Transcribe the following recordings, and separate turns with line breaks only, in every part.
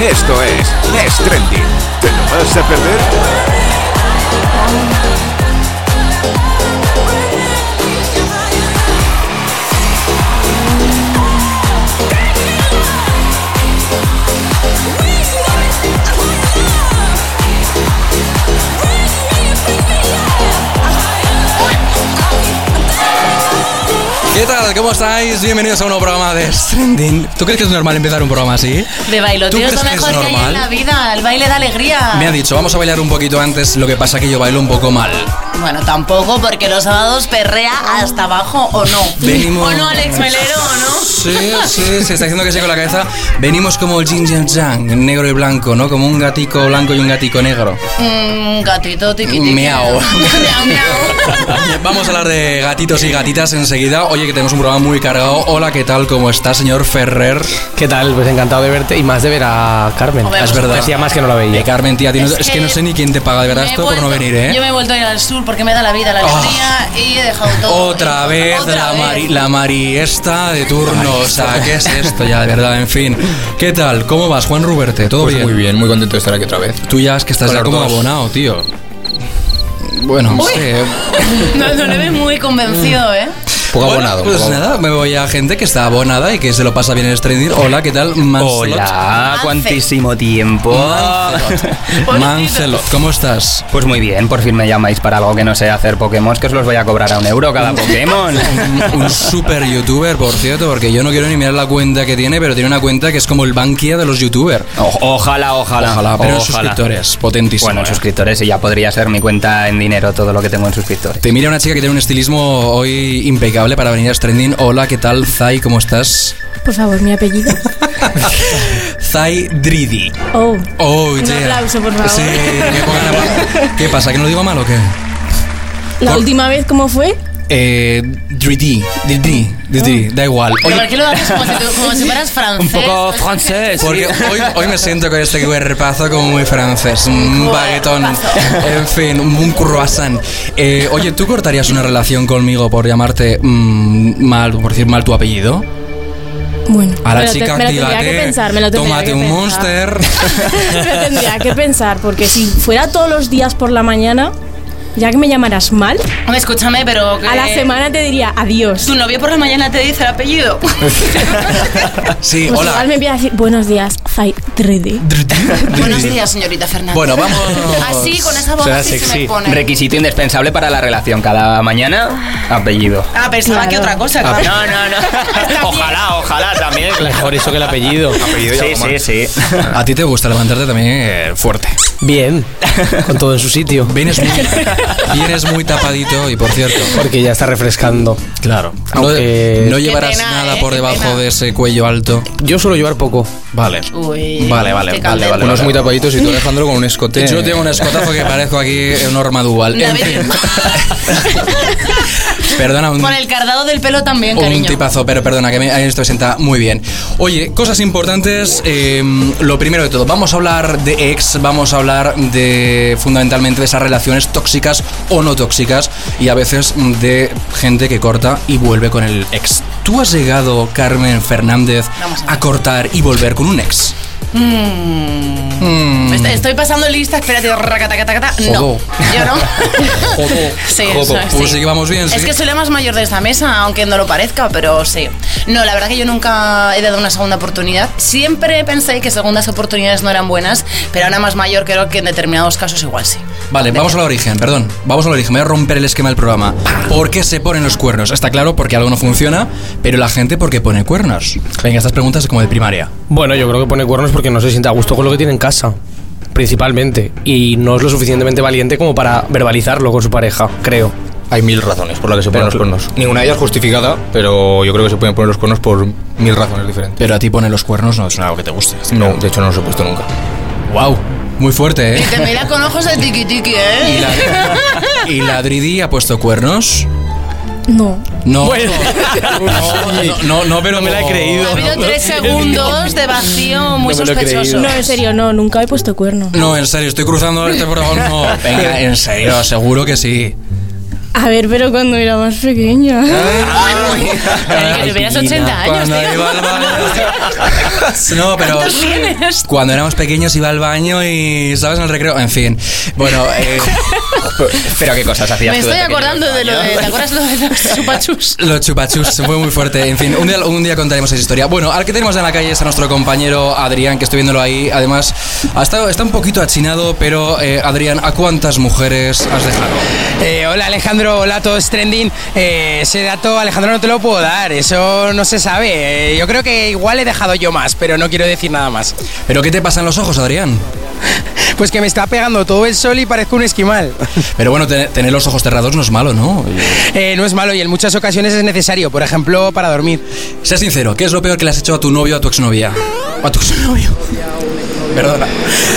Esto es Es Trending. ¿Te lo vas a perder?
¿Qué tal? ¿Cómo estáis? Bienvenidos a un nuevo programa de Stranding. ¿Tú crees que es normal empezar un programa así?
De
¿Tú
bailoteo es
crees
lo
que es
mejor que, hay
normal?
en la vida. El baile da alegría.
Me ha dicho, vamos a bailar un poquito antes, lo que pasa que yo bailo un poco mal.
Bueno, tampoco, porque los sábados perrea hasta abajo o no.
Venimos-
O no, Alex Melero, o no.
Sí, sí, se está diciendo que sí con la cabeza. Venimos como el Jin Yang Yang, en negro y blanco, ¿no? Como un gatico blanco y un gatico negro.
Mm, gatito tiquitiqui.
Miau.
miau, miau.
Vamos a hablar de gatitos y gatitas enseguida. Oye, que tenemos un programa muy cargado. Hola, ¿qué tal? ¿Cómo está, señor Ferrer?
¿Qué tal? Pues encantado de verte y más de ver a Carmen.
Hombre,
Es verdad.
Hacía más que no la
Eh,
veía.
Carmen, tía, tienes- es,
Es
que,
que
no sé ni quién te paga, de verdad,
Me he
esto por no
vuelto-
venir, ¿eh?
Yo me he vuelto a ir al sur porque me da la vida, la
Oh.
alegría y he dejado todo.
Otra vez
Otra
la,
vez.
Mari, la Mari esta de turno. O sea, ¿qué es esto ya? De verdad, en fin. ¿Qué tal? ¿Cómo vas, Juan Ruberte? ¿Todo
Pues
bien?
muy bien, muy contento de estar aquí otra vez.
Tú ya es que estás
Con
ya
los
como
dos. eh,
abonado, tío. Bueno, no sé.
No, no le ves muy
Mm.
convencido, ¿eh?
Poco
Bueno,
abonado.
Pues
poco
nada, me voy a gente que está abonada y que se lo pasa bien en Stranding. Hola, ¿qué tal? Mancelot.
Hola, cuantísimo tiempo. Oh.
Mancelot. Mancelot, ¿cómo estás?
Pues muy bien, por fin me llamáis para algo que no sé hacer Pokémon, que os los voy a cobrar a un euro cada Pokémon.
Un super youtuber, por cierto, porque yo no quiero ni mirar la cuenta que tiene, pero tiene una cuenta que es como el Bankia de los youtubers.
O- ojalá, ojalá.
Ojalá, pero en
ojalá.
suscriptores, potentísimo.
Bueno, en
eh.
suscriptores y ya podría ser mi cuenta en dinero todo lo que tengo en suscriptores.
Te mira una chica que tiene un estilismo hoy impecable para venir a Stranding. Hola, ¿qué tal, Zai? ¿Cómo estás?
Por favor, mi apellido.
Zai Dridi.
Oh.
Oh,
Un
yeah.
aplauso, por favor.
Sí, qué pongan aplauso. ¿Qué pasa? ¿Que no lo digo mal o qué?
¿La
Por-
última vez cómo fue?
Eh, Dridi, Dridi, Dridi, da igual.
Pero ¿Por qué lo haces como si, tú- como si fueras francés?
pues,
francés.
Porque hoy, hoy me siento con este cuerpazo como muy francés, un baguetón, en fin, un croissant. Eh, oye, ¿tú cortarías una relación conmigo por llamarte mm, mal, por decir mal tu apellido?
Bueno,
A la
me lo te-
chica,
me lo
actívate,
tendría que pensar, me lo tendría
tómate
que
un
pensar.
monster.
me lo tendría que pensar, porque si fuera todos los días por la mañana, ya que me llamarás mal,
Hombre, escúchame, pero. que-
a la semana te diría adiós.
¿Tu novio por la mañana te dice el apellido?
Sí,
Pues
hola.
igual me empieza a decir buenos días, Zai 3D.
Buenos días, señorita Fernández.
Bueno, vamos.
Así, con esa voz
Será
así se me
sexy.
pone.
Requisito indispensable para la relación. Cada mañana, apellido.
Ah, pensaba
Claro.
que otra cosa. claro.
No, no, no. Ojalá, ojalá también.
Mejor eso que el apellido.
Apellido y
Sí,
algo más.
sí, sí.
A ti te gusta levantarte también eh, fuerte.
Bien, con todo en su sitio.
Vienes muy, vienes muy tapadito y por cierto.
Porque ya está refrescando.
Claro. No,
Aunque-
no
Qué
llevarás
pena,
nada
eh,
por
qué
debajo
pena.
de ese cuello alto.
Yo suelo llevar poco.
Vale.
Uy,
Vale, vale, vale,
qué
vale,
candela.
vale.
Unos muy tapaditos y tú, Alejandro, con un escote.
Yo tengo un escotazo que parezco aquí Norma Duval. En
David-
fin. Perdona, un,
Con el cardado del pelo también,
un
cariño.
tipazo, pero perdona, que me, esto sienta muy bien. Oye, cosas importantes. eh, lo primero de todo, vamos a hablar de ex, vamos a hablar de fundamentalmente de esas relaciones tóxicas o no tóxicas y a veces mm, de gente que corta y vuelve con el ex. ¿Tú has llegado, Carmen Fernández,
Vamos a
a,
ver.
cortar y volver con un ex?
Mm.
Mm,
Est- Estoy pasando lista, espérate. racatacatacata. No,
Jodo.
yo no.
jodo,
Sí,
jodo.
eso es,
Pues
sí.
sí que vamos bien,
Es
sí.
que soy la más mayor de esta mesa, aunque no lo parezca, pero sí. No, la verdad que yo nunca he dado una segunda oportunidad. Siempre pensé que segundas oportunidades no eran buenas, pero ahora más mayor creo que en determinados casos igual sí.
Vale, vamos al origen, perdón. Vamos al origen, voy a romper el esquema del programa. ¿Por qué se ponen los cuernos? Está claro porque algo no funciona, pero la gente porque pone cuernos. Venga, estas preguntas como de primaria.
Bueno, yo creo que pone cuernos porque no se siente a gusto con lo que tiene en casa. Principalmente. Y no es lo suficientemente valiente como para verbalizarlo con su pareja, creo.
hay mil razones por las que se ponen
Pero
los cuernos. Ninguna de ellas justificada, pero yo creo que se pueden poner los cuernos por mil razones diferentes.
Pero a ti poner los cuernos no es algo que te guste.
No, de hecho no los he puesto nunca.
Wow, muy fuerte,
Y
¿eh?
te mira con ojos de tiki tiki,
¿Y
¿eh?
la, y la Dridi ha puesto cuernos?
No.
No. no, no, no, no, pero
No me la he creído.
Ha habido tres segundos de vacío muy
No me lo he
sospechoso.
No, en serio, no, nunca he puesto cuerno.
No, en serio, estoy cruzando este por favor. No, venga, en serio, seguro que sí.
A ver, pero cuando era más pequeña.
Ay, que tuvieras 80 años,
Cuando
tío.
iba al baño. No, pero
¿Cuántos tienes?
cuando éramos pequeños iba al baño y, ¿sabes? En el recreo. En fin. Bueno, eh,
Pero qué cosas hacías
Me
tú
estoy
pequeño?
acordando de lo de. ¿Te acuerdas lo de los chupachus?
los chupachus fue muy fuerte. En fin, un día, un día contaremos esa historia. Bueno, al que tenemos en la calle es a nuestro compañero Adrián, que estoy viéndolo ahí. Además, ha estado, está un poquito achinado, pero eh, Adrián, ¿a cuántas mujeres has dejado?
Eh, hola Alejandro, hola a todos trending. Eh, ese dato Alejandro no te lo puedo dar, eso no se sabe. Eh, yo creo que igual he dejado yo más, pero no quiero decir nada más.
¿Pero qué te pasa en los ojos, Adrián?
Pues que me está pegando todo el sol y parezco un esquimal.
Pero bueno, te- tener los ojos cerrados no es malo, ¿no?
Eh, no es malo y en muchas ocasiones es necesario, por ejemplo para dormir.
Sea sincero, ¿qué es lo peor que le has hecho a tu novio o a tu exnovia? ¿O a tu exnovio? Perdona.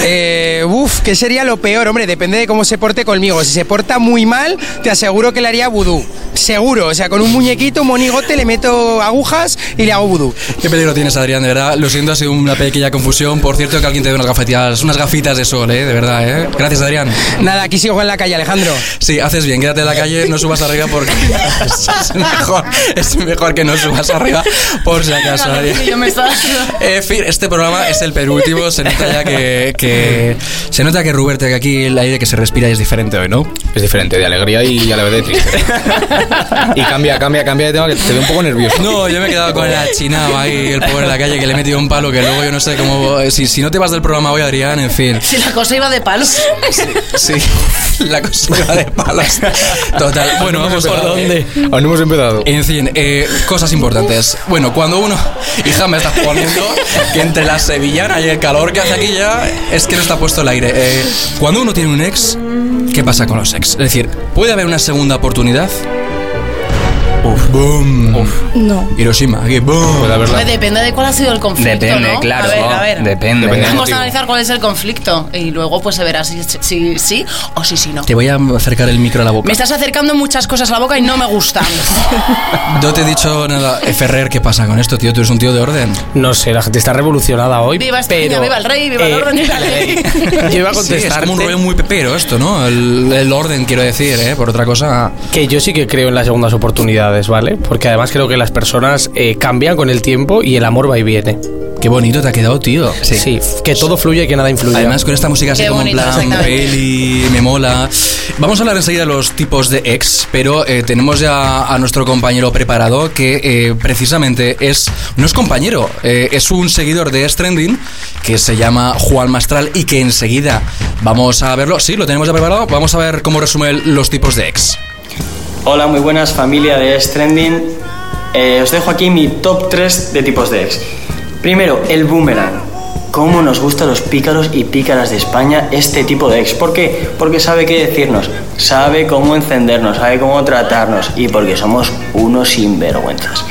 Eh, uf, ¿qué sería lo peor? Hombre, depende de cómo se porte conmigo. Si se porta muy mal, te aseguro que le haría vudú. Seguro, o sea, con un muñequito, un monigote, le meto agujas y le hago vudú.
Qué peligro tienes, Adrián, de verdad. Lo siento, ha sido una pequeña confusión. Por cierto, que alguien te dé unas gafitas, unas gafitas de sol, ¿eh? De verdad, ¿eh? Gracias, Adrián.
Nada, aquí sigo en la calle, Alejandro.
Sí, haces bien, quédate en la calle, no subas arriba porque es mejor, es mejor que no subas arriba por si acaso, Adrián.
Yo me estaba.
En fin, este programa es el penúltimo. Se nota ya que, que- se nota que Rubert, que aquí el aire que se respira es diferente hoy, ¿no?
Es diferente, de alegría y a la vez de tristeza. y cambia, cambia, cambia de tema, que te veo un poco nervioso.
No, yo me he quedado con el achinado ahí, el pobre de la calle que le he metido un palo que luego yo no sé cómo. Si, si no te vas del programa hoy, Adrián, en fin.
Si la cosa iba de palos.
Sí, la cosa iba de palos. Total, bueno, vamos
¿Por
dónde?
Aún no hemos empezado.
En fin, eh, cosas importantes. Bueno, cuando uno. Hija, me estás poniendo que entre la sevillana y el calor que hace aquí ya es que no está puesto el aire. Eh, cuando uno tiene un ex, ¿qué pasa con los ex? Es decir, ¿puede haber una segunda oportunidad? Uf. Boom.
No.
Hiroshima, aquí, boom.
Puede haberla.
Hombre, depende de cuál ha sido el conflicto.
Depende,
¿no?
claro.
A ver, a ver.
Depende.
Depende.
Vamos
Motivo.
a analizar cuál es el conflicto y luego pues se verá si sí si, sí o si sí no.
Te voy a acercar el micro a la boca.
Me estás acercando muchas cosas a la boca y no me gustan.
No te he dicho nada. Eh, Ferrer, ¿qué pasa con esto, tío? Tú eres un tío de orden.
No sé, la gente está revolucionada hoy.
Viva España,
pero, eh,
viva el rey, viva el orden y la ley.
Yo iba a
Sí, es
contestar
como un rollo muy pepero esto, ¿no? El, el orden, quiero decir, ¿eh? Por otra cosa...
que yo sí que creo en las segundas oportunidades, ¿vale? Porque además creo que las personas eh, cambian con el tiempo y el amor va y viene.
Qué bonito te ha quedado, tío.
Sí. que todo fluye y que nada influye.
Además, con esta música así
Qué
como
bonito,
en plan
exactamente.
peli, me mola. Vamos a hablar enseguida de los tipos de ex, pero eh, tenemos ya a nuestro compañero preparado que eh, precisamente es. No es compañero, eh, es un seguidor de Stranding que se llama Juan Mastral y que enseguida vamos a verlo. Sí, lo tenemos ya preparado. Vamos a ver cómo resume el- los tipos de ex.
Hola, muy buenas familia de Stranding. os dejo aquí mi top 3 de tipos de ex. Primero, el boomerang. ¿Cómo nos gustan los pícaros y pícaras de España este tipo de ex? ¿Por qué? Porque sabe qué decirnos, sabe cómo encendernos, sabe cómo tratarnos y porque somos unos sinvergüenzas.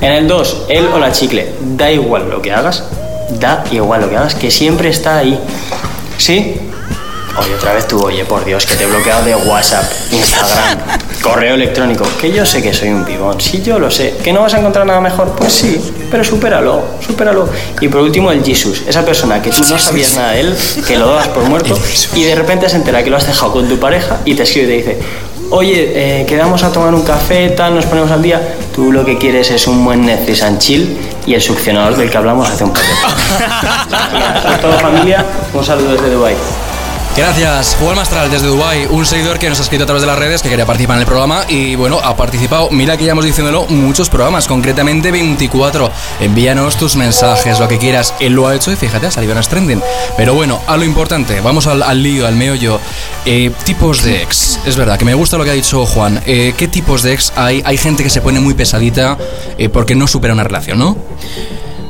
En el 2, el hola chicle. Da igual lo que hagas, da igual lo que hagas, que siempre está ahí. ¿Sí? Oye, otra vez tú, oye, por Dios, que te he bloqueado de WhatsApp, Instagram, correo electrónico. Que yo sé que soy un pibón, sí, yo lo sé. ¿Que no vas a encontrar nada mejor? Pues sí, pero supéralo, supéralo. Y por último, el Jesus, esa persona que tú no sabías nada de él, que lo dabas por muerto, y de repente se entera que lo has dejado con tu pareja y te escribe y te dice. Oye, eh, quedamos a tomar un café, tal, nos ponemos al día. Tú lo que quieres es un buen Netflix and chill y el succionador del que hablamos hace un poco. Nada, Todo familia, un saludo desde Dubai.
Gracias, Juan Mastral desde Dubai, un seguidor que nos ha escrito a través de las redes que quería participar en el programa y bueno, ha participado, mira que llevamos diciéndolo, muchos programas, concretamente 24. Envíanos tus mensajes, lo que quieras, él lo ha hecho y fíjate, ha salido en las trending. Pero bueno, a lo importante, vamos al, al lío, al meollo. Eh, tipos de ex, es verdad que me gusta lo que ha dicho Juan, Eh, ¿qué tipos de ex hay? Hay gente que se pone muy pesadita eh, porque no supera una relación, ¿no?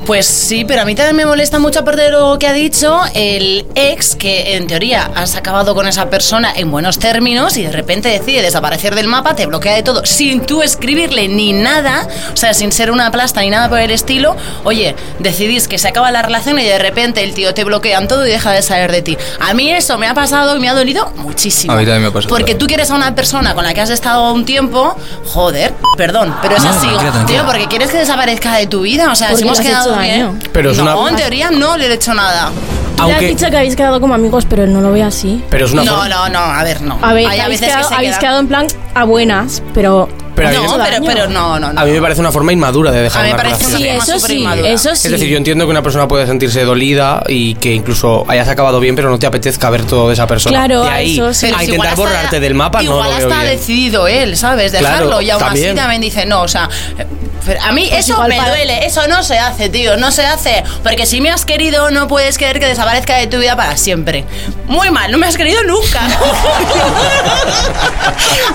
Pues sí, pero a mí también me molesta mucho, aparte de lo que ha dicho, el ex que en teoría has acabado con esa persona en buenos términos y de repente decide desaparecer del mapa, te bloquea de todo, sin tú escribirle ni nada, o sea, sin ser una plasta ni nada por el estilo. Oye, decidís que se acaba la relación y de repente el tío te bloquean todo y deja de saber de ti. A mí eso me ha pasado y me ha dolido muchísimo.
A mí también me ha pasado,
Porque
claro.
tú quieres a una persona con la que has estado un tiempo, joder, perdón, pero es
No,
así,
tranquila, tranquila.
tío, porque quieres que desaparezca de tu vida, o sea,
Porque
si hemos
le has
quedado
hecho
bien.
daño.
Pero es
no,
una-
en teoría no le he hecho nada.
Tú le has
Aunque-
dicho que habéis quedado como amigos, pero él no lo ve así.
Pero es una
no,
forma-
no, no, a ver, no.
A ver,
Hay a
habéis,
veces que
quedado,
se
habéis
quedan-
quedado en plan a buenas, pero.
Pero a mí
no,
habéis-
pero, pero no, no, no.
A mí me parece una forma inmadura de
A
dejar
mí me
una
parece
relación.
una
Sí,
forma
eso sí,
superinmadura.
eso sí.
Es decir, yo entiendo que una persona puede sentirse dolida y que incluso hayas acabado bien, pero no te apetezca ver todo de esa persona.
Claro,
de ahí
eso sí.
a
Pero
si
intentar
igual hasta-
borrarte del mapa no
Igual
lo veo
hasta ha
bien.
decidido él, ¿sabes?
Claro,
Dejarlo y aún
también.
así también dice no, o sea. eh, pero A mí eso
Pues igual
me
para-
duele, eso no se hace, tío, no se hace. Porque si me has querido, no puedes querer que desaparezca de tu vida para siempre. Muy mal, no me has querido nunca.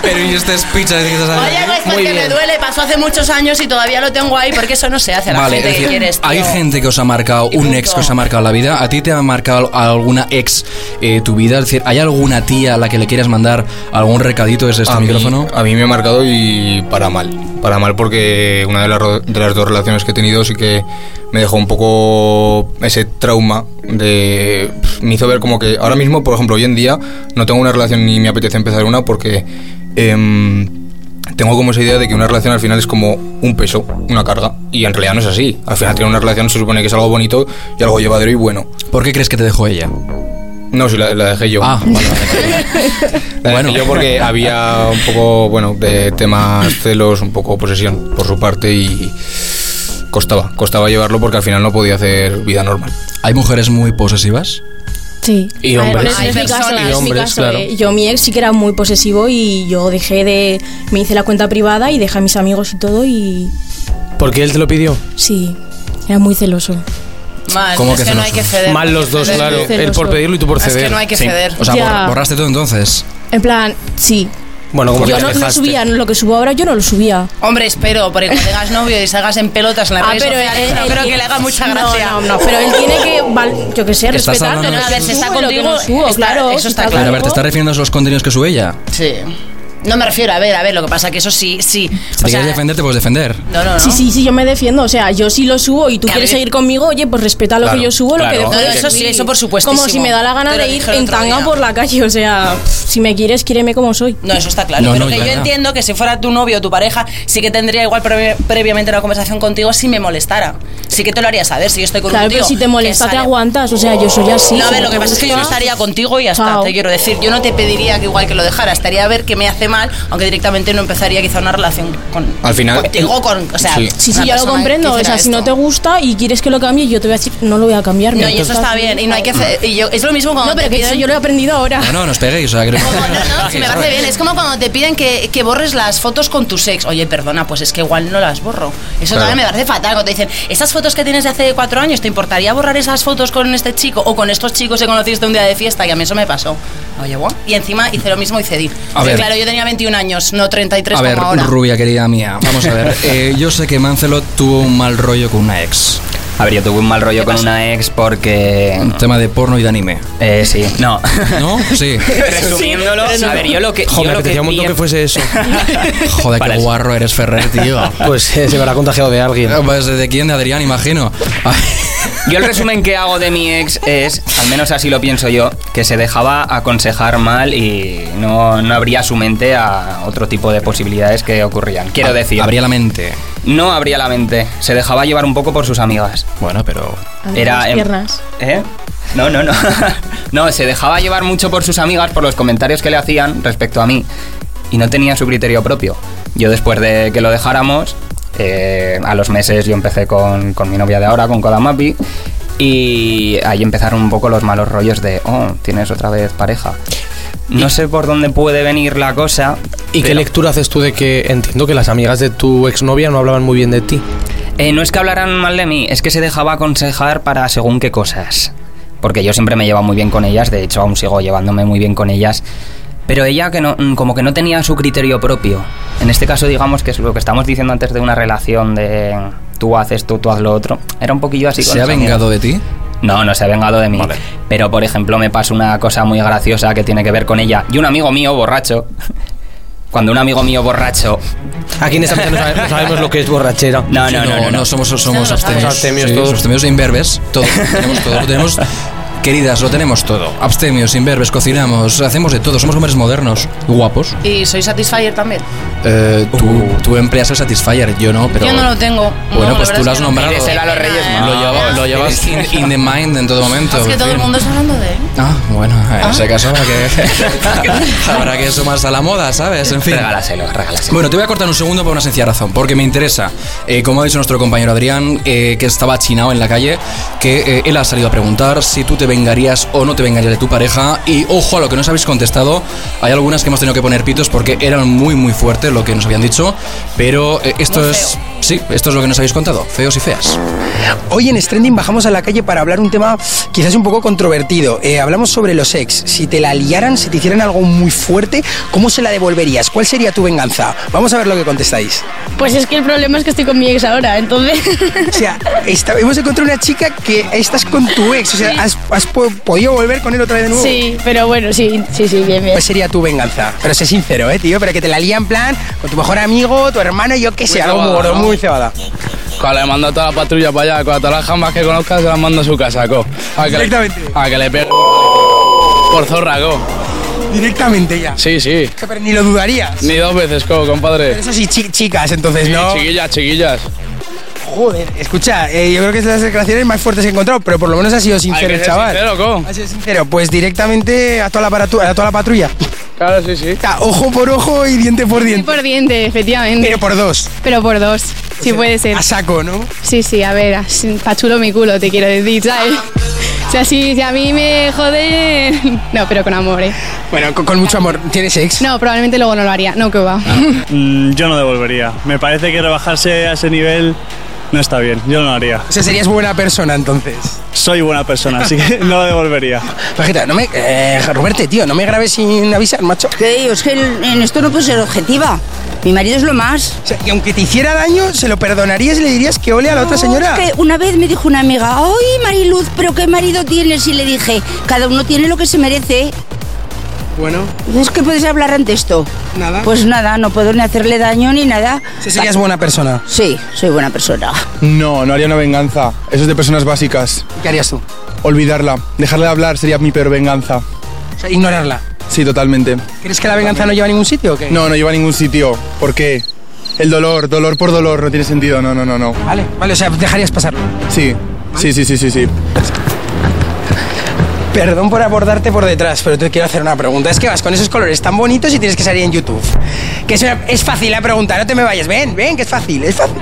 Pero y este speech de que
Oye, pues
Muy
porque me
bien.
duele, pasó hace muchos años y todavía lo tengo ahí, porque eso no se hace a la
Vale,
gente
es
que
decir,
quieres.
hay
tío.
gente que os ha marcado,
Y
un
punto.
ex que os ha marcado la vida. ¿A ti te ha marcado alguna ex eh, tu vida? Es decir, ¿hay alguna tía a la que le quieras mandar algún recadito desde este
a mí-
micrófono?
a mí me ha marcado y para mal. Para mal porque una de las, ro- de las dos relaciones que he tenido sí que me dejó un poco ese trauma de... pf, Me hizo ver como que ahora mismo, por ejemplo, hoy en día no tengo una relación ni me apetece empezar una porque... em, tengo como esa idea de que una relación al final es como un peso, una carga, y en realidad no es así. Al final tener una relación se supone que es algo bonito y algo llevadero y bueno.
¿Por qué crees que te dejó ella?
No, sí, la, la dejé yo.
Ah, vale,
Bueno, yo porque había un poco, bueno, de temas celos, un poco posesión por su parte y costaba, costaba llevarlo porque al final no podía hacer vida normal.
¿Hay mujeres muy posesivas?
Sí.
Y
A ver,
hombres.
es-
Hay
es mi caso,
personas.
es mi
Y hombres,
caso,
claro.
eh. Yo, mi ex sí que era muy posesivo y yo dejé de. Me hice la cuenta privada y dejé a mis amigos y todo y.
¿Por qué él te lo pidió?
Sí, era muy celoso.
Mal,
¿Cómo
es
que
que no hay
celoso?
que ceder.
Mal los dos,
Es que-
claro. Él Eh, por
Celoso.
pedirlo y tú por
Es
ceder.
que no hay que
Sí.
ceder.
O sea,
Ya.
bor- borraste todo entonces.
En plan, sí.
Bueno, como que
Yo
las
no, no
dejaste.
subía lo que subo ahora, yo no lo subía.
Hombre, espero, porque cuando tengas novio y salgas en pelotas en la
Ah,
redes
pero
sociales,
él-
no
él
creo
tiene-
que le haga mucha gracia.
No, no, no, pero él tiene que, val- yo qué sé,
Estás
respetar.
hablando
lo
de
que
A ver, si está
subo y lo que
contigo,
no subo,
está-
claro.
eso
si
está
Pero a ver, ¿te
conmigo-
estás refiriendo a los contenidos que sube ella?
Sí. No me refiero, a ver, a ver, lo que pasa que eso sí,
Si
sí. O
te
sea,
quieres defender, te puedes defender.
No, no, no.
Sí, sí, sí, yo me defiendo. O sea, yo si lo subo y tú
Que a
quieres
mí-
seguir conmigo, oye, pues respeta lo
Claro,
que yo subo,
claro.
lo que dejo
No,
de
no, eso sí,
subir.
eso por supuestísimo.
Como si me da la gana
Te lo
de ir
dije el
en
otro
tanga
día.
por la calle. O sea, si me quieres, quiéreme como soy.
No, eso está claro.
No,
pero
no,
que
ya,
yo
ya.
entiendo que si fuera tu novio o tu pareja, sí que tendría igual previ- previamente una conversación contigo si me molestara. Sí que te lo haría saber si yo estoy con
Claro,
un tío.
pero si te
que
molesta, te
sale-
aguantas. O sea, yo soy así.
No, a ver, lo que pasa es que yo no
Ya.
estaría contigo y ya está,
Chao.
te quiero decir. Yo no te pediría que igual que lo dejara, estaría a ver qué me hace mal, aunque directamente no empezaría quizá una relación con.
Al final- eh,
Contigo, con. O sea,
Sí.
Sí, sí,
una
yo lo
persona
comprendo.
que
O
hiciera
sea, si no te
esto.
gusta y quieres que lo cambie, yo te voy a decir, no lo voy a cambiar.
No,
mira,
y
tú
eso
estás
está bien. Y no hay que hacer. Y yo, es lo mismo cuando
No, pero
te
que eso
piden-
yo lo he aprendido ahora.
No, no, no os peguéis. O sea, creo-
Como, no, no, si me parece bien. Es como cuando te piden que, que borres las fotos con tu sex. Oye, perdona, pues es que igual no las borro. Eso
Claro.
también me parece fatal. Cuando te dicen, esas fotos que tienes de hace cuatro años, ¿te importaría borrar esas fotos con este chico o con estos chicos que conociste un día de fiesta? Y a mí eso me pasó. Oye, guau. Y encima hice lo mismo y cedí.
A
Sí,
ver.
claro, yo tenía 21 años, no 33
A ver,
como ahora.
rubia querida mía, vamos a ver. Eh, yo sé que Mancelot tuvo un mal rollo con una ex.
A ver, yo tuve un mal rollo con una ex porque...
Un tema de porno y de anime.
Eh, sí, no.
¿No? Sí.
Resumiéndolo, a ver, yo lo que...
Joder,
yo
me
lo
apetecía un montón
vi-
que fuese eso.
Joder,
Para
qué
eso.
guarro eres Ferrer, tío.
Pues eh, se me habrá contagiado de alguien.
Pues, ¿De quién? De Adrián, imagino.
Yo el resumen que hago de mi ex es, al menos así lo pienso yo, que se dejaba aconsejar mal y no, no abría su mente a otro tipo de posibilidades que ocurrían.
Ah,
Quiero decir,
Abría la mente.
no abría la mente, se dejaba llevar un poco por sus amigas.
Bueno, pero.
Abrir
Era
las
en-
piernas.
¿Eh? No, no, no. no, se dejaba llevar mucho por sus amigas, por los comentarios que le hacían respecto a mí. Y no tenía su criterio propio. Yo después de que lo dejáramos, eh, a los meses yo empecé con, con mi novia de ahora, con Kodamapi. Y ahí empezaron un poco los malos rollos de, oh, tienes otra vez pareja. No sé por dónde puede venir la cosa.
¿Y qué
pero-
lectura haces tú de que entiendo que las amigas de tu exnovia no hablaban muy bien de ti?
Eh, no es que hablaran mal de mí, es que se dejaba aconsejar para según qué cosas. Porque yo siempre me llevaba muy bien con ellas, de hecho aún sigo llevándome muy bien con ellas. Pero ella que no, mm, como que no tenía su criterio propio. En este caso digamos que es lo que estamos diciendo antes de una relación de tú haces tú, tú haz lo otro. Era un poquillo así. con
¿Se ha
los amigos.
vengado de ti?
No, no se ha vengado de mí. Pero, por ejemplo, me pasa una cosa muy graciosa que tiene que ver con ella. Y un amigo mío borracho. Cuando un amigo mío borracho.
Aquí en esta mesa no sabe- no sabemos lo que es borrachera.
No, no, no, no, no.
somos, somos
lo
abstemios.
sabe. Abstemios
Sí,
todos.
abstemios e imberbes. Todo. Tenemos todo. Lo tenemos. Queridas, lo tenemos todo. Abstemios, imberbes, cocinamos, hacemos de todo. Somos hombres modernos, guapos.
¿Y soy Satisfyer también?
Eh, tú,
Uh.
tú empleas el Satisfyer, yo no, pero.
Yo no lo tengo.
Bueno,
No, la
pues
verdad
tú lo
es
has
que no.
nombrado.
Díselo a los Reyes
Lo
Magos.
lleva- lo llevas in, in the mind en todo momento.
Es que
en
todo el
fin.
mundo está hablando de él.
Ah, bueno, en ese caso habrá que, habrá que sumarse a la moda, ¿sabes? En fin.
Regálaselo, regálaselo.
Bueno, te voy a cortar un segundo por una sencilla razón, porque me interesa, eh, como ha dicho nuestro compañero Adrián, eh, que estaba chinado en la calle, que eh, él ha salido a preguntar si tú te vengarías o no te vengarías de tu pareja, y ojo a lo que nos habéis contestado, hay algunas que hemos tenido que poner pitos porque eran muy muy fuertes lo que nos habían dicho, pero eh, esto es... Sí, esto es lo que nos habéis contado, feos y feas.
Hoy en Stranding bajamos a la calle para hablar un tema quizás un poco controvertido. Eh, hablamos sobre los ex. Si te la liaran, si te hicieran algo muy fuerte, ¿cómo se la devolverías? ¿Cuál sería tu venganza? Vamos a ver lo que contestáis.
Pues es que el problema es que estoy con mi ex ahora, entonces.
O sea, esta- hemos encontrado una chica que estás con tu ex. O sea, has, has po- podido volver con él otra vez de nuevo.
sí, pero bueno, sí, sí, sí, bien, bien.
¿Cuál sería tu venganza? Pero sé sincero, eh, tío. Pero que te la lía en plan con tu mejor amigo, tu hermano, yo qué sé, algo muy
cebada,
gordo,
¿no?
muy cebada.
Cuando le mando a toda la patrulla para allá, cuando a todas las jambas que conozcas se las mando a su casa, co. A que
Directamente.
Le, a que le pegue por zorra, co.
Directamente ya.
Sí, sí.
Que, Pero ni lo dudarías.
Ni dos veces, co, compadre.
Pero eso sí, chi- chicas, entonces,
Sí,
¿no?
Chiquillas, chiquillas.
Joder, escucha, eh, yo creo que es de las declaraciones más fuertes que he encontrado, pero por lo menos ha sido
Hay
sincero
que
el
ser
chaval.
sincero, co.
Ha sido sincero, pues directamente a toda la, paratu- a toda la patrulla.
Claro, sí, sí.
O sea, ojo por ojo y diente por diente.
Por diente, efectivamente.
Pero por dos.
Pero por dos. Sí puede ser.
A saco, ¿no?
Sí, sí, a ver, así, pachulo mi culo, te quiero decir, ¿sabes? O sea, sí, si a mí me jode... No, pero con amor, ¿eh?
Bueno, con, con mucho amor. ¿Tienes ex?
No, probablemente luego no lo haría. No, que va.
Ah.
Mm, yo no devolvería. Me parece que rebajarse a ese nivel no está bien. Yo no lo haría.
O sea, serías buena persona entonces.
Soy buena persona, así que no lo devolvería.
Pajita, no me. eh, Roberto, tío, no me grabes sin avisar, macho.
Que es que en esto no puedo ser objetiva. Mi marido es lo más.
O sea, que aunque te hiciera daño, se lo perdonarías y le dirías que ole a la otra
No,
señora.
es que una vez me dijo una amiga, ¡ay, Mariluz, pero qué marido tienes! Y le dije, cada uno tiene lo que se merece.
Bueno,
¿Es que puedes hablar ante esto?
nada.
Pues nada, no puedo ni hacerle daño ni nada.
O sea, serías buena persona.
Sí, soy buena persona.
No, no haría una venganza. Eso es de personas básicas.
¿Qué harías tú?
Olvidarla. Dejarle de hablar sería mi peor venganza.
O sea, ignorarla.
Sí, totalmente.
¿Crees que la venganza no lleva a ningún sitio o qué?
No, no lleva a ningún sitio. ¿Por qué? El dolor, dolor por dolor, no tiene sentido. No, no, no, no.
Vale, vale, o sea, dejarías pasarlo.
Sí, sí, sí, sí, sí, sí.
Perdón por abordarte por detrás, pero te quiero hacer una pregunta. Es que vas con esos colores tan bonitos y tienes que salir en YouTube. Que es, una- es fácil la pregunta, no te me vayas. Ven, ven, que es fácil, es fácil.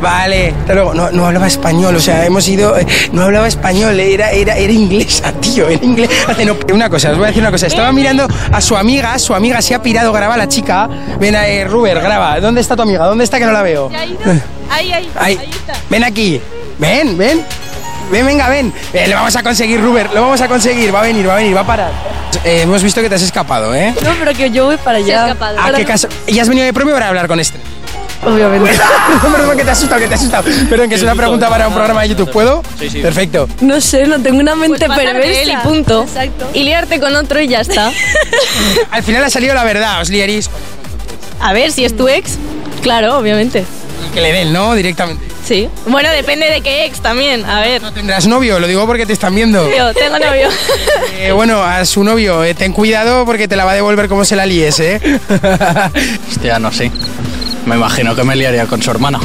Vale, hasta luego. No, no hablaba español, o sea, hemos ido. eh, No hablaba español, eh, era, era, era inglesa, tío, era inglés. Hace no- una cosa, os voy a decir una cosa. Estaba mirando a su amiga, su amiga se ha pirado, graba la chica. Ven, eh, Ruber, graba. ¿Dónde está tu amiga? ¿Dónde está que no la veo?
Ahí, ahí,
Ay, ven aquí. Ven, ven. Ven, venga, ven. Eh, lo vamos a conseguir, Ruber. Lo vamos a conseguir. Va a venir, va a venir, va a parar. Eh, hemos visto que te has escapado, ¿eh?
No, pero que yo voy para allá.
¿A qué caso? ¿Y has venido de propio para hablar con este?
Obviamente.
Perdón, que te has asustado, que te has asustado. Perdón, que es una pregunta para un programa de YouTube. ¿Puedo? Sí, sí. Perfecto.
No sé, no tengo una mente
pasar de
perversa.
Pues él y
punto. Y liarte con otro y ya está.
Al final ha salido la verdad, os liaréis.
A ver, si es tu ex, claro, obviamente.
Y Que le den, ¿no? Directamente.
Sí. Bueno, depende de qué ex también. A ver.
¿Tendrás novio? Lo digo porque te están viendo.
Yo tengo novio.
Eh, bueno, a su novio, eh, ten cuidado porque te la va a devolver como se la líes, ¿eh?
Hostia, no sé. Me imagino que me liaría con su hermana.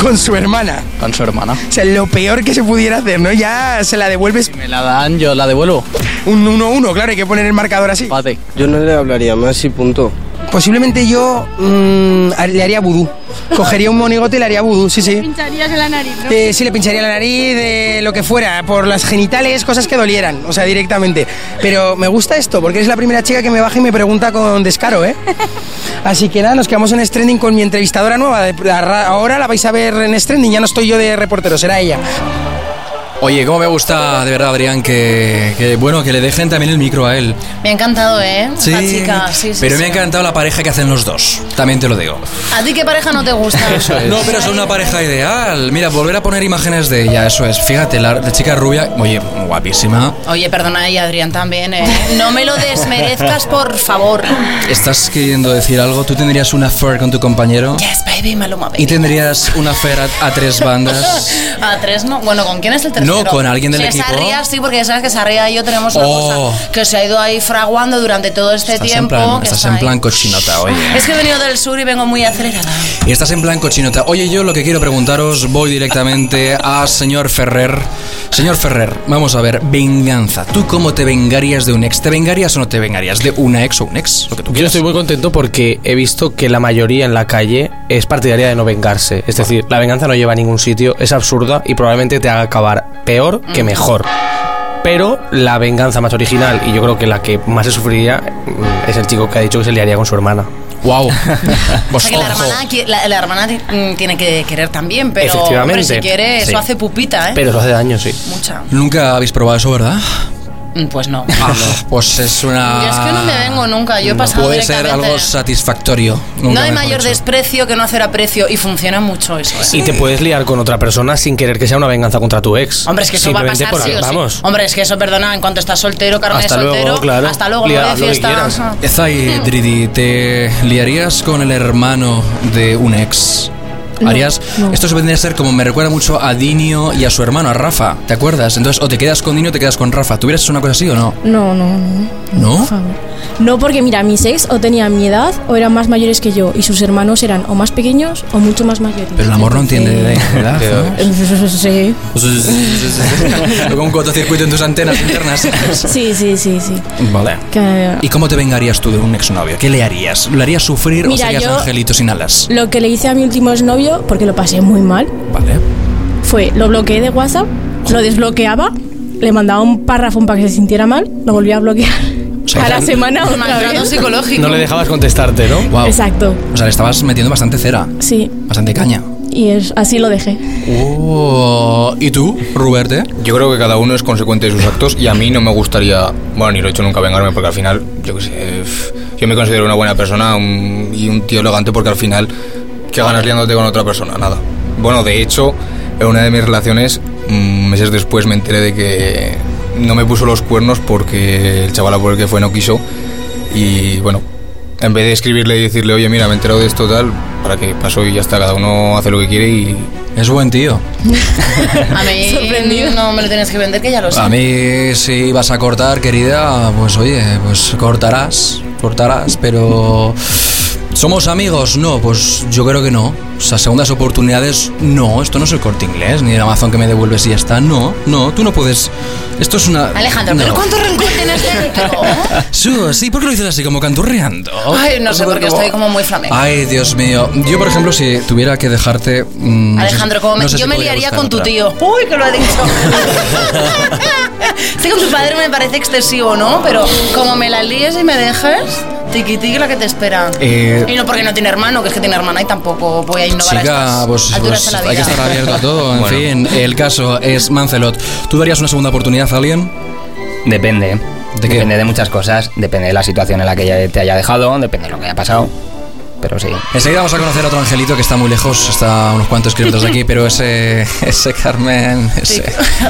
con su hermana.
Con su hermana.
O sea, lo peor que se pudiera hacer, ¿no? Ya se la devuelves
Me la dan, yo la devuelvo.
un 1-1, claro, hay que poner el marcador así.
Pate.
Yo no le hablaría más y punto.
Posiblemente yo mm, le haría vudú. Cogería un monigote y le haría vudú, sí, sí.
Pincharías en la nariz, ¿no?
Eh, sí, le pincharía la nariz, eh, lo que fuera, por las genitales, cosas que dolieran, o sea, directamente. Pero me gusta esto, porque eres la primera chica que me baja y me pregunta con descaro, ¿eh? Así que nada, nos quedamos en Stranding con mi entrevistadora nueva. de- la ra- Ahora la vais a ver en Stranding, ya no estoy yo de reportero, será ella.
Oye, cómo me gusta de verdad, Adrián, que, que, bueno, que le dejen también el micro a él.
Me ha encantado, ¿eh? Esta chica, sí, sí.
pero me ha
sí.
encantado la pareja que hacen los dos. También te lo digo.
¿A ti qué pareja no te gusta?
No, pero son una pareja ideal. Mira, volver a poner imágenes de ella, eso es. Fíjate, la, la chica rubia, oye, guapísima.
Oye, perdona, y Adrián también, ¿eh? No me lo desmerezcas, por favor.
¿Estás queriendo decir algo? ¿Tú tendrías una affair con tu compañero?
Yes, baby, Maluma, baby.
¿Y tendrías una affair a, a tres bandas?
A tres no. Bueno, ¿con quién es el tercero?
No, con alguien del
Si es
equipo.
Sarria, sí, porque ya sabes que Sarria y yo tenemos una
Oh.
cosa que se ha ido ahí fraguando durante todo este
Estás en
tiempo.
plan,
que
estás
está
en
ahí.
plan ¿eh? cochinota, oye.
Es que he venido del sur y vengo muy acelerada.
Y estás en plan cochinota. Oye, yo lo que quiero preguntaros, voy directamente a señor Ferrer. Señor Ferrer, vamos a ver, venganza. ¿Tú cómo te vengarías de un ex? ¿Te vengarías o no te vengarías de una ex o un ex? Lo que tú
Yo estoy muy contento porque he visto que la mayoría en la calle es partidaria de no vengarse. Es decir, la venganza no lleva a ningún sitio, es absurda y probablemente te haga acabar peor que
Mm.
mejor. Pero la venganza más original, y yo creo que la que más se sufriría, mm, es el chico que ha dicho que se liaría con su hermana.
¡Wow! Pues,
O sea que la hermana, qui- la, la hermana ti- mm, tiene que querer también, pero
Efectivamente.
hombre, si quiere,
Sí.
eso hace pupita, ¿eh?
Pero eso hace daño, sí.
Mucha.
Nunca habéis probado eso, ¿verdad?
Mm, Pues no.
Ah, pues es una...
Yo es que no me vengo nunca, yo he
No
pasado
Puede ser
directamente.
algo satisfactorio.
No
Nunca
hay
mejor
mayor
dicho.
desprecio que no hacer aprecio y funciona mucho eso. ¿eh?
Y te puedes liar con otra persona sin querer que sea una venganza contra tu ex.
Hombre, es que eso va a
Simplemente
pasar sí
porque-
o sí.
vamos.
Hombre, es que eso, perdona, en cuanto estás soltero, Carmen
Hasta
es
luego,
soltero.
claro.
Hasta luego,
Liad
luego
lo
de
que
fiesta.
quieras.
ajá.
Zay, Dridi, ¿te liarías con el hermano de un ex?
No,
Harías,
no.
Esto se vendría a ser como me recuerda mucho a Dinio y a su hermano, a Rafa. ¿Te acuerdas? Entonces, o te quedas con Dinio o te quedas con Rafa. ¿Tuvieras hecho una cosa así o no?
No, no, no.
¿No?
Por favor. No, porque mira, mis ex o tenían mi edad o eran más mayores que yo y sus hermanos eran o más pequeños o mucho más mayores.
Pero el amor no entiende ¿eh? de edad.
Sí.
¿no? Luego un cortocircuito en tus antenas internas.
Sí, sí, sí, sí.
Vale.
Que-
¿Y cómo te vengarías tú de un exnovio? ¿Qué le harías? ¿Lo harías sufrir o
Mira,
serías
yo-
angelito sin alas?
Lo que le hice a mi último exnovio, porque lo pasé muy mal,
Vale.
fue lo bloqueé de WhatsApp, lo desbloqueaba, le mandaba un párrafo para que se sintiera mal, lo volví a bloquear. a la semana otra
Maltrato
vez.
psicológico.
No le dejabas contestarte, ¿no?
Wow.
Exacto,
O sea, le estabas metiendo bastante cera,
sí.
bastante caña.
Y es, así lo dejé.
Oh, ¿Y tú, Ruberte?
Yo creo que cada uno es consecuente de sus actos y a mí no me gustaría, bueno, ni lo he hecho nunca vengarme porque al final, yo qué sé, pf, yo me considero una buena persona un- y un tío elegante porque al final, ¿qué ganas liándote con otra persona? Nada. Bueno, de hecho, en una de mis relaciones, mm, meses después me enteré de que no me puso los cuernos porque el chaval a por el que fue no quiso y bueno, en vez de escribirle y decirle, oye, mira, me he enterado de esto tal, para que pasó y ya está, cada uno hace lo que quiere y...
Es buen tío.
A mí no me lo tienes que vender, que ya lo
Pues
sé.
A mí si vas a cortar, querida, pues oye, pues cortarás, cortarás, pero ¿somos amigos? No, pues yo creo que no. O sea, segundas oportunidades, no, esto no es el corte inglés, ni el Amazon que me devuelves y ya está, no, no, tú no puedes. Esto es una...
Alejandro,
no.
¿pero cuánto rencor tienes dentro?
Sí, sí, ¿por qué lo dices así como canturreando?
Ay, no sé, porque estoy como muy flamenco.
Ay, Dios mío. Yo, por ejemplo, si tuviera que dejarte... mm, no sé si-
Alejandro, como me-
no sé
yo
si
me
podría
liaría
buscar
con tu
otra.
tío. Uy, que lo ha dicho. Sé que con tu padre me parece excesivo, ¿no? Pero como me la líes y me dejes, tiqui tiqui la que te espera.
Eh,
Y no porque no tiene hermano, que es que tiene hermana y tampoco voy a innovar a
Chica,
estas
pues,
alturas
pues
de la
hay que
vida.
estar abierto a todo. En
Bueno.
fin, el caso es Mancelot. ¿Tú darías una segunda oportunidad a alguien?
Depende.
¿De qué?
Depende de muchas cosas. Depende de la situación en la que ya te haya dejado. Depende de lo que haya pasado. Pero sí.
Enseguida vamos a conocer a otro angelito que está muy lejos, está a unos cuantos kilómetros de aquí, pero ese, ese Carmen, ese,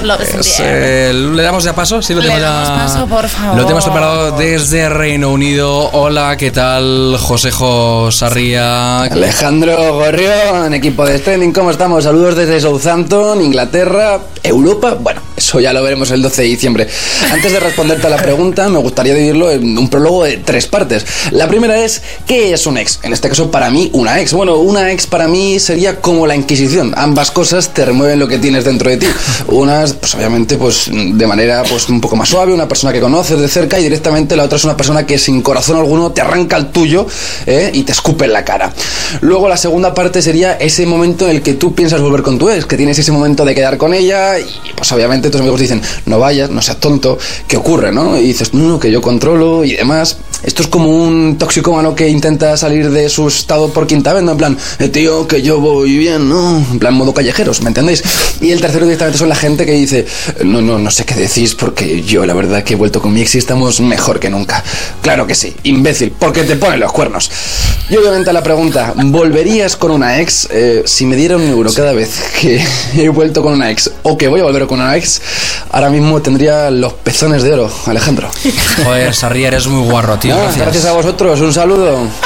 Lo
Eh,
que
ese- Pues ¿Le damos ya paso? Sí, lo
Le
tenemos ya.
damos paso, por favor.
Lo tenemos preparado desde Reino Unido. Hola, ¿qué tal? Josejo Sarria.
Alejandro Gorrión, equipo de streaming, ¿cómo estamos? Saludos desde Southampton, Inglaterra, Europa. Bueno, eso ya lo veremos el 12 de diciembre. Antes de responderte a la pregunta, me gustaría dividirlo en un prólogo de tres partes. La primera es, ¿qué es un ex? En este caso, para mí, una ex. Bueno, una ex para mí sería como la Inquisición. Ambas cosas te remueven lo que tienes dentro de ti. Unas, pues obviamente, pues de manera pues un poco más suave, una persona que conoces de cerca y directamente la otra es una persona que sin corazón alguno te arranca el tuyo ¿eh? y te escupe en la cara. Luego la segunda parte sería ese momento en el que tú piensas volver con tu ex, que tienes ese momento de quedar con ella y pues obviamente tus amigos dicen, no vayas, no seas tonto, ¿qué ocurre? ¿no? Y dices, no, no, que yo controlo y demás. Esto es como un toxicómano que intenta salir de su estado por quinta vez, ¿no? En plan, "Eh, tío, que yo voy bien, ¿no? En plan, modo callejeros, ¿me entendéis? Y el tercero directamente son la gente que dice, no, no, no sé qué decís porque yo la verdad que he vuelto con mi ex y estamos mejor que nunca. Claro que sí, imbécil, porque te ponen los cuernos. Y obviamente a la pregunta, ¿volverías con una ex? Eh, si me diera un euro cada vez que he vuelto con una ex o que voy a volver con una ex, ahora mismo tendría los pezones de oro, Alejandro.
Joder, Sarria, eres muy guarro, tío.
Ah,
Gracias.
gracias a vosotros, un saludo.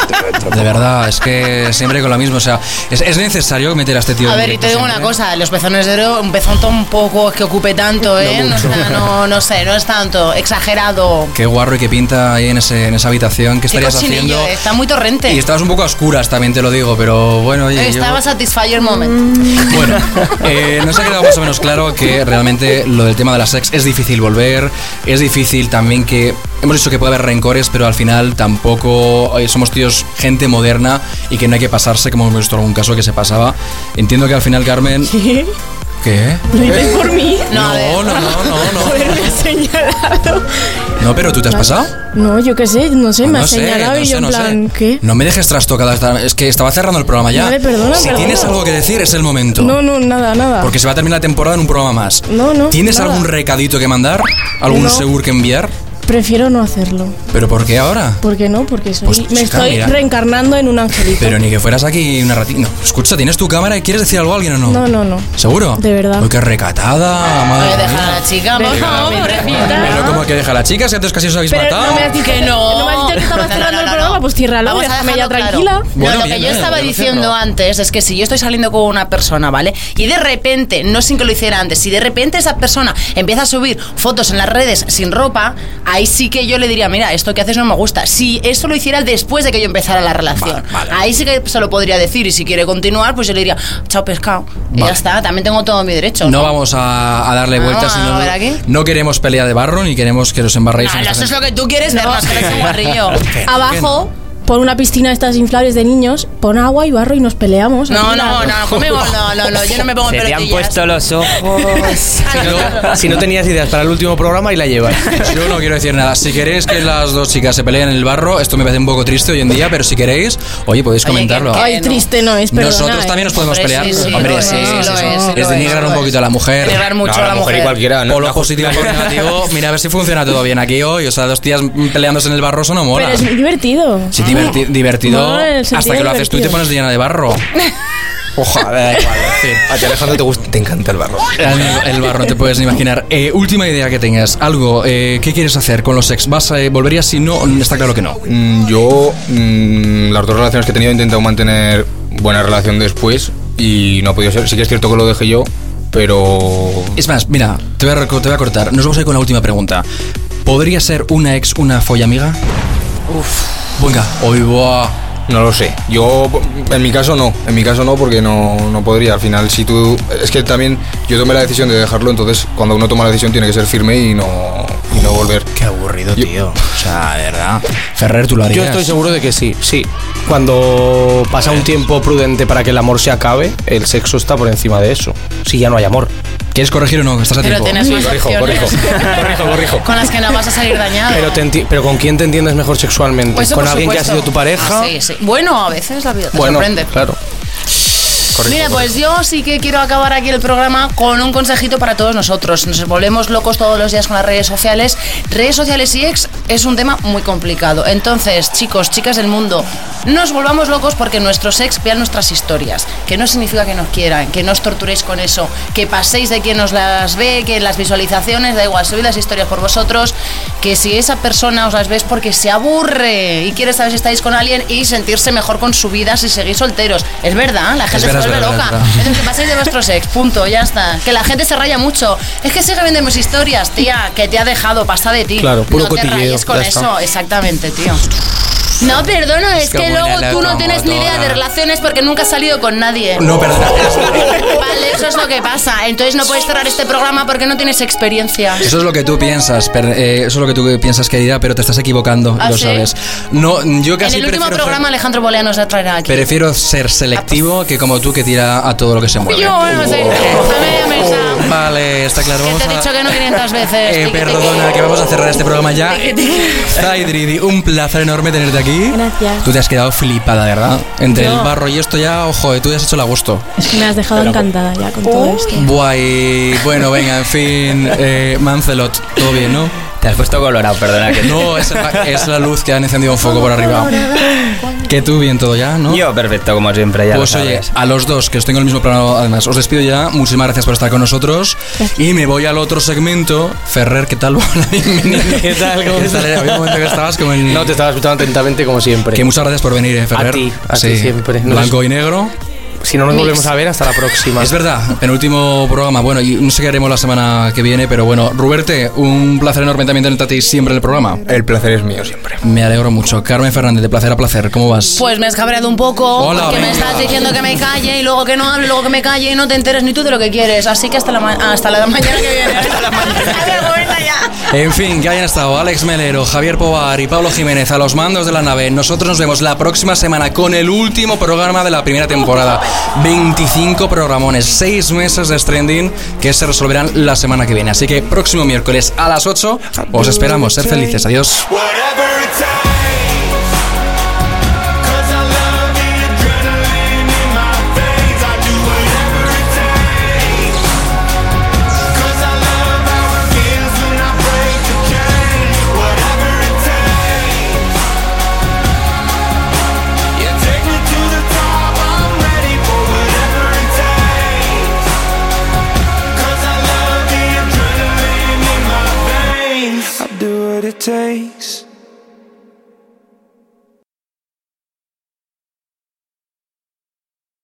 De verdad, es que siempre con lo mismo. O sea, es, es necesario meter a este tío.
A
en
ver, y
directo
te digo una cosa, los pezones de oro, un pezón tampoco es que ocupe tanto, ¿eh? No,
mucho.
está- no, no sé, no es tanto, exagerado.
Qué guarro y qué pinta ahí en, ese, en esa habitación. ¿Qué
Qué
estarías
cochinillo,
haciendo?
eh, está muy torrente.
Y estabas un poco a oscuras, también te lo digo, pero bueno, oye. yo-
Estaba satisfier moment.
Bueno, eh, nos ha quedado más o menos claro que realmente lo del tema de las ex es difícil volver, es difícil también que hemos dicho que puede haber rencores, pero al final tampoco eh, somos tíos gente moderna y que no hay que pasarse como hemos visto algún caso que se pasaba. Entiendo que al final Carmen
¿Qué?
¿Qué?
¿Lo dices por mí?
No, no, no, no, no.
Joder, me has señalado.
No, pero tú te has pasado.
Pues, No, yo qué sé, no sé,
Pues
me
no
has
sé,
señalado
no
y
sé,
yo en
no sé.
plan, ¿qué?
No me dejes trastocada, esta- es que estaba cerrando el programa ya.
Vale, perdona,
si
perdona.
tienes algo que decir es el momento.
No, no, nada, nada.
Porque se va a terminar la temporada en un programa más.
No, no,
¿Tienes
nada.
algún recadito que mandar? ¿Algún
No.
seguro que enviar?
Prefiero no hacerlo.
¿Pero por qué ahora?
¿Por qué no? Porque soy,
Pues,
me
chica,
estoy
mira.
reencarnando en un angelito.
Pero ni que fueras aquí una ratita. No, escucha, ¿tienes tu cámara y quieres decir algo a alguien o no?
No, no, no.
¿Seguro?
De verdad.
Uy, qué recatada, madre mía.
Deja a la chica, por
Venga,
favor, pobrecita.
Pero como que deja a la chica, si antes casi os habéis
Pero
matado.
no me has dicho
Que
que
no.
no. me has dicho que estabas
No, no,
cerrando
no,
el
no,
programa,
no.
pues ciérralo,
Vamos a
déjame ya
dejarlo claro.
tranquila.
No, lo que yo estaba diciendo antes es que si yo estoy saliendo con una persona, ¿vale? Y de repente, no sin que lo hiciera antes, si de repente esa persona empieza a subir fotos en las redes sin ropa, ahí sí que yo le diría, mira, esto que haces no me gusta. Si esto lo hiciera después de que yo empezara la relación, ahí sí que se lo podría decir. Y si quiere continuar, pues yo le diría, chao pescado. Y ya
Vale.
está, también tengo todo mi derecho.
No vamos a, a darle
No,
vueltas,
Ah, a
sino
ver aquí.
no queremos pelea de barro ni queremos que os embarréis en
Ala,
esta
Eso es
gente.
lo que tú quieres ver más que eres un guarrillo.
Abajo, pon una piscina de estas inflables de niños, pon agua y barro y nos peleamos.
No,
Aquí,
no,
claro.
no, conmigo no, no, no, yo no me pongo en
Se te han
pelotillas.
puesto
Ah,
los
Si no tenías ideas para el último programa y la llevas.
Yo no quiero decir nada. Si queréis que las dos chicas se peleen en el barro, esto me parece un poco triste hoy en día, pero si queréis, oye, podéis comentarlo.
Ay, triste no es, eh. perdona.
Nosotros también nos podemos
Hombre,
pelear.
sí, sí,
Hombre,
lo
sí,
es,
sí,
lo
sí,
es,
sí.
lo
Es denigrar un poquito a la mujer.
Denigrar mucho
No, a la a la mujer mujer. y cualquiera, no,
O lo
la
positivo por
justifica.
negativo. Mira, a ver si funciona todo bien aquí hoy. O sea, dos tías peleándose en el barro, eso no mola.
Pero es muy divertido.
Sí, diverti- divertido.
No, en el
hasta que
sentido
lo haces tú y te
divertido.
pones llena de barro.
Ojalá, igual. A ti, Alejandro, te, gusta, te encanta el barro.
El, el barro, te puedes ni imaginar. Eh, última idea que tengas, algo, eh, ¿qué quieres hacer con los ex? ¿Vas a, ¿Volverías si no? Está claro que no.
Mm, Yo, mm, las dos relaciones que he tenido, he intentado mantener buena relación después y no ha podido ser. Sí que es cierto que lo dejé yo, pero.
Es más, mira, te voy a, reco- te voy a cortar. Nos vamos a ir con la última pregunta. ¿Podría ser una ex una folla amiga? Uf. Venga, hoy va.
No lo sé. Yo, en mi caso, no. En mi caso, no, porque no, no podría. Al final, si tú. Es que también yo tomé la decisión de dejarlo, entonces cuando uno toma la decisión tiene que ser firme y no, y no volver.
Qué aburrido, tío. O sea, de verdad. Ferrer, tú lo harías.
Yo estoy seguro de que sí, sí. Cuando pasa un tiempo prudente para que el amor se acabe, el sexo está por encima de eso. Si ya no hay amor.
¿Quieres corregir o no? Estás
a Pero tiempo. tienes más
corrijo, corrijo,
opciones.
corrijo, corrijo.
Con las que no vas a salir dañado.
Pero, te enti- pero ¿con quién te entiendes mejor sexualmente?
Pues eso
¿Con
por
alguien que ha
supuesto.
sido tu pareja?
Ah, sí, sí. Bueno, a veces la vida te
Bueno,
sorprende.
claro.
Mira, pues yo sí que quiero acabar aquí el programa con un consejito para todos nosotros. Nos volvemos locos todos los días con las redes sociales. Redes sociales y ex es un tema muy complicado. Entonces, chicos, chicas del mundo, no os volvamos locos porque nuestros ex vean nuestras historias. Que no significa que nos quieran, que no os torturéis con eso, que paséis de quien os las ve, que las visualizaciones, da igual, subid las historias por vosotros. Que si esa persona os las ves porque se aburre y quiere saber si estáis con alguien y sentirse mejor con su vida si seguís solteros. Es verdad, la gente
verdad,
se
es
vuelve
verdad,
loca.
es verdad.
Entonces, que paséis de vuestros ex, punto, ya está. Que la gente se raya mucho. Es que sigue viendo mis historias, tía, que te ha dejado, pasa de ti.
Claro, puro
no te
cotilleo,
rayes con
ya está.
eso, exactamente, tío. No, perdona, es,
que
que
buena
luego tú no
locomotora.
tienes ni idea de relaciones porque nunca has salido con nadie.
No, perdona.
vale, eso es lo que pasa. Entonces no puedes cerrar este programa porque no tienes experiencia.
Eso es lo que tú piensas, per- eh, eso es lo que tú piensas, querida, pero te estás equivocando,
¿Ah,
lo
sí?
sabes. No, yo
En
casi
el último
prefiero,
programa Alejandro Bolea nos la traerá aquí.
prefiero ser selectivo que como tú que tira a todo lo que se mueve.
Yo, bueno, sí. Déjame, Melsa,
Vale, está claro.
que
Vamos
te he
a,
dicho que no 500 veces.
eh,
Tiki, tiki.
perdona, que vamos a cerrar este programa ya.
Tiki, tiki.
Zaidridi, un placer enorme tenerte aquí.
Gracias.
Tú te has quedado flipada, de ¿verdad? Entre
Yo.
el barro y esto ya, ojo, eh, tú ya has hecho el gusto.
Es que me has dejado
Pero-
encantada ya con todo esto.
Guay, bueno, venga, en fin, eh, Mancelot, todo bien, ¿no? Te has puesto colorado, perdona.
que-
No, es, la- es la luz que han encendido un foco por arriba. Que tú bien todo ya, ¿no?
Yo perfecto, como siempre, ya lo
Pues oye,
sabes.
a los dos, que os tengo el mismo plano además, os despido ya, muchísimas gracias por estar con nosotros y me voy al otro segmento. Ferrer, ¿qué tal? Hola, bienvenido.
¿Qué tal? ¿Cómo
¿Qué tal?
estás?
Había un momento que estabas como en-
No, te estaba escuchando atentamente como siempre.
Que muchas gracias por venir, eh, Ferrer.
A ti, a ti
Sí.
siempre. No
Blanco
sé-
y negro.
Si no nos volvemos a ver, hasta la próxima.
Es verdad, penúltimo programa. Bueno, y no sé qué haremos la semana que viene, pero bueno, Ruberte, un placer enorme también tenerte a ti siempre en el programa.
El placer es mío siempre.
Me alegro mucho. Carmen Fernández, de placer a placer, ¿cómo vas?
Pues me has cabreado un poco
Hola,
porque me
venga.
estás diciendo que me calle y luego que no hable, luego que me calle y no te enteres ni tú de lo que quieres. Así que hasta la, ma- hasta la mañana que viene.
En fin, que hayan estado Alex Melero, Javier Pobar y Pablo Jiménez a los mandos de la nave. Nosotros nos vemos la próxima semana con el último programa de la primera temporada. 25 programones, 6 meses de trending que se resolverán la semana que viene. Así que próximo miércoles a las 8 os esperamos. Ser felices. Adiós.
I'll do what it takes.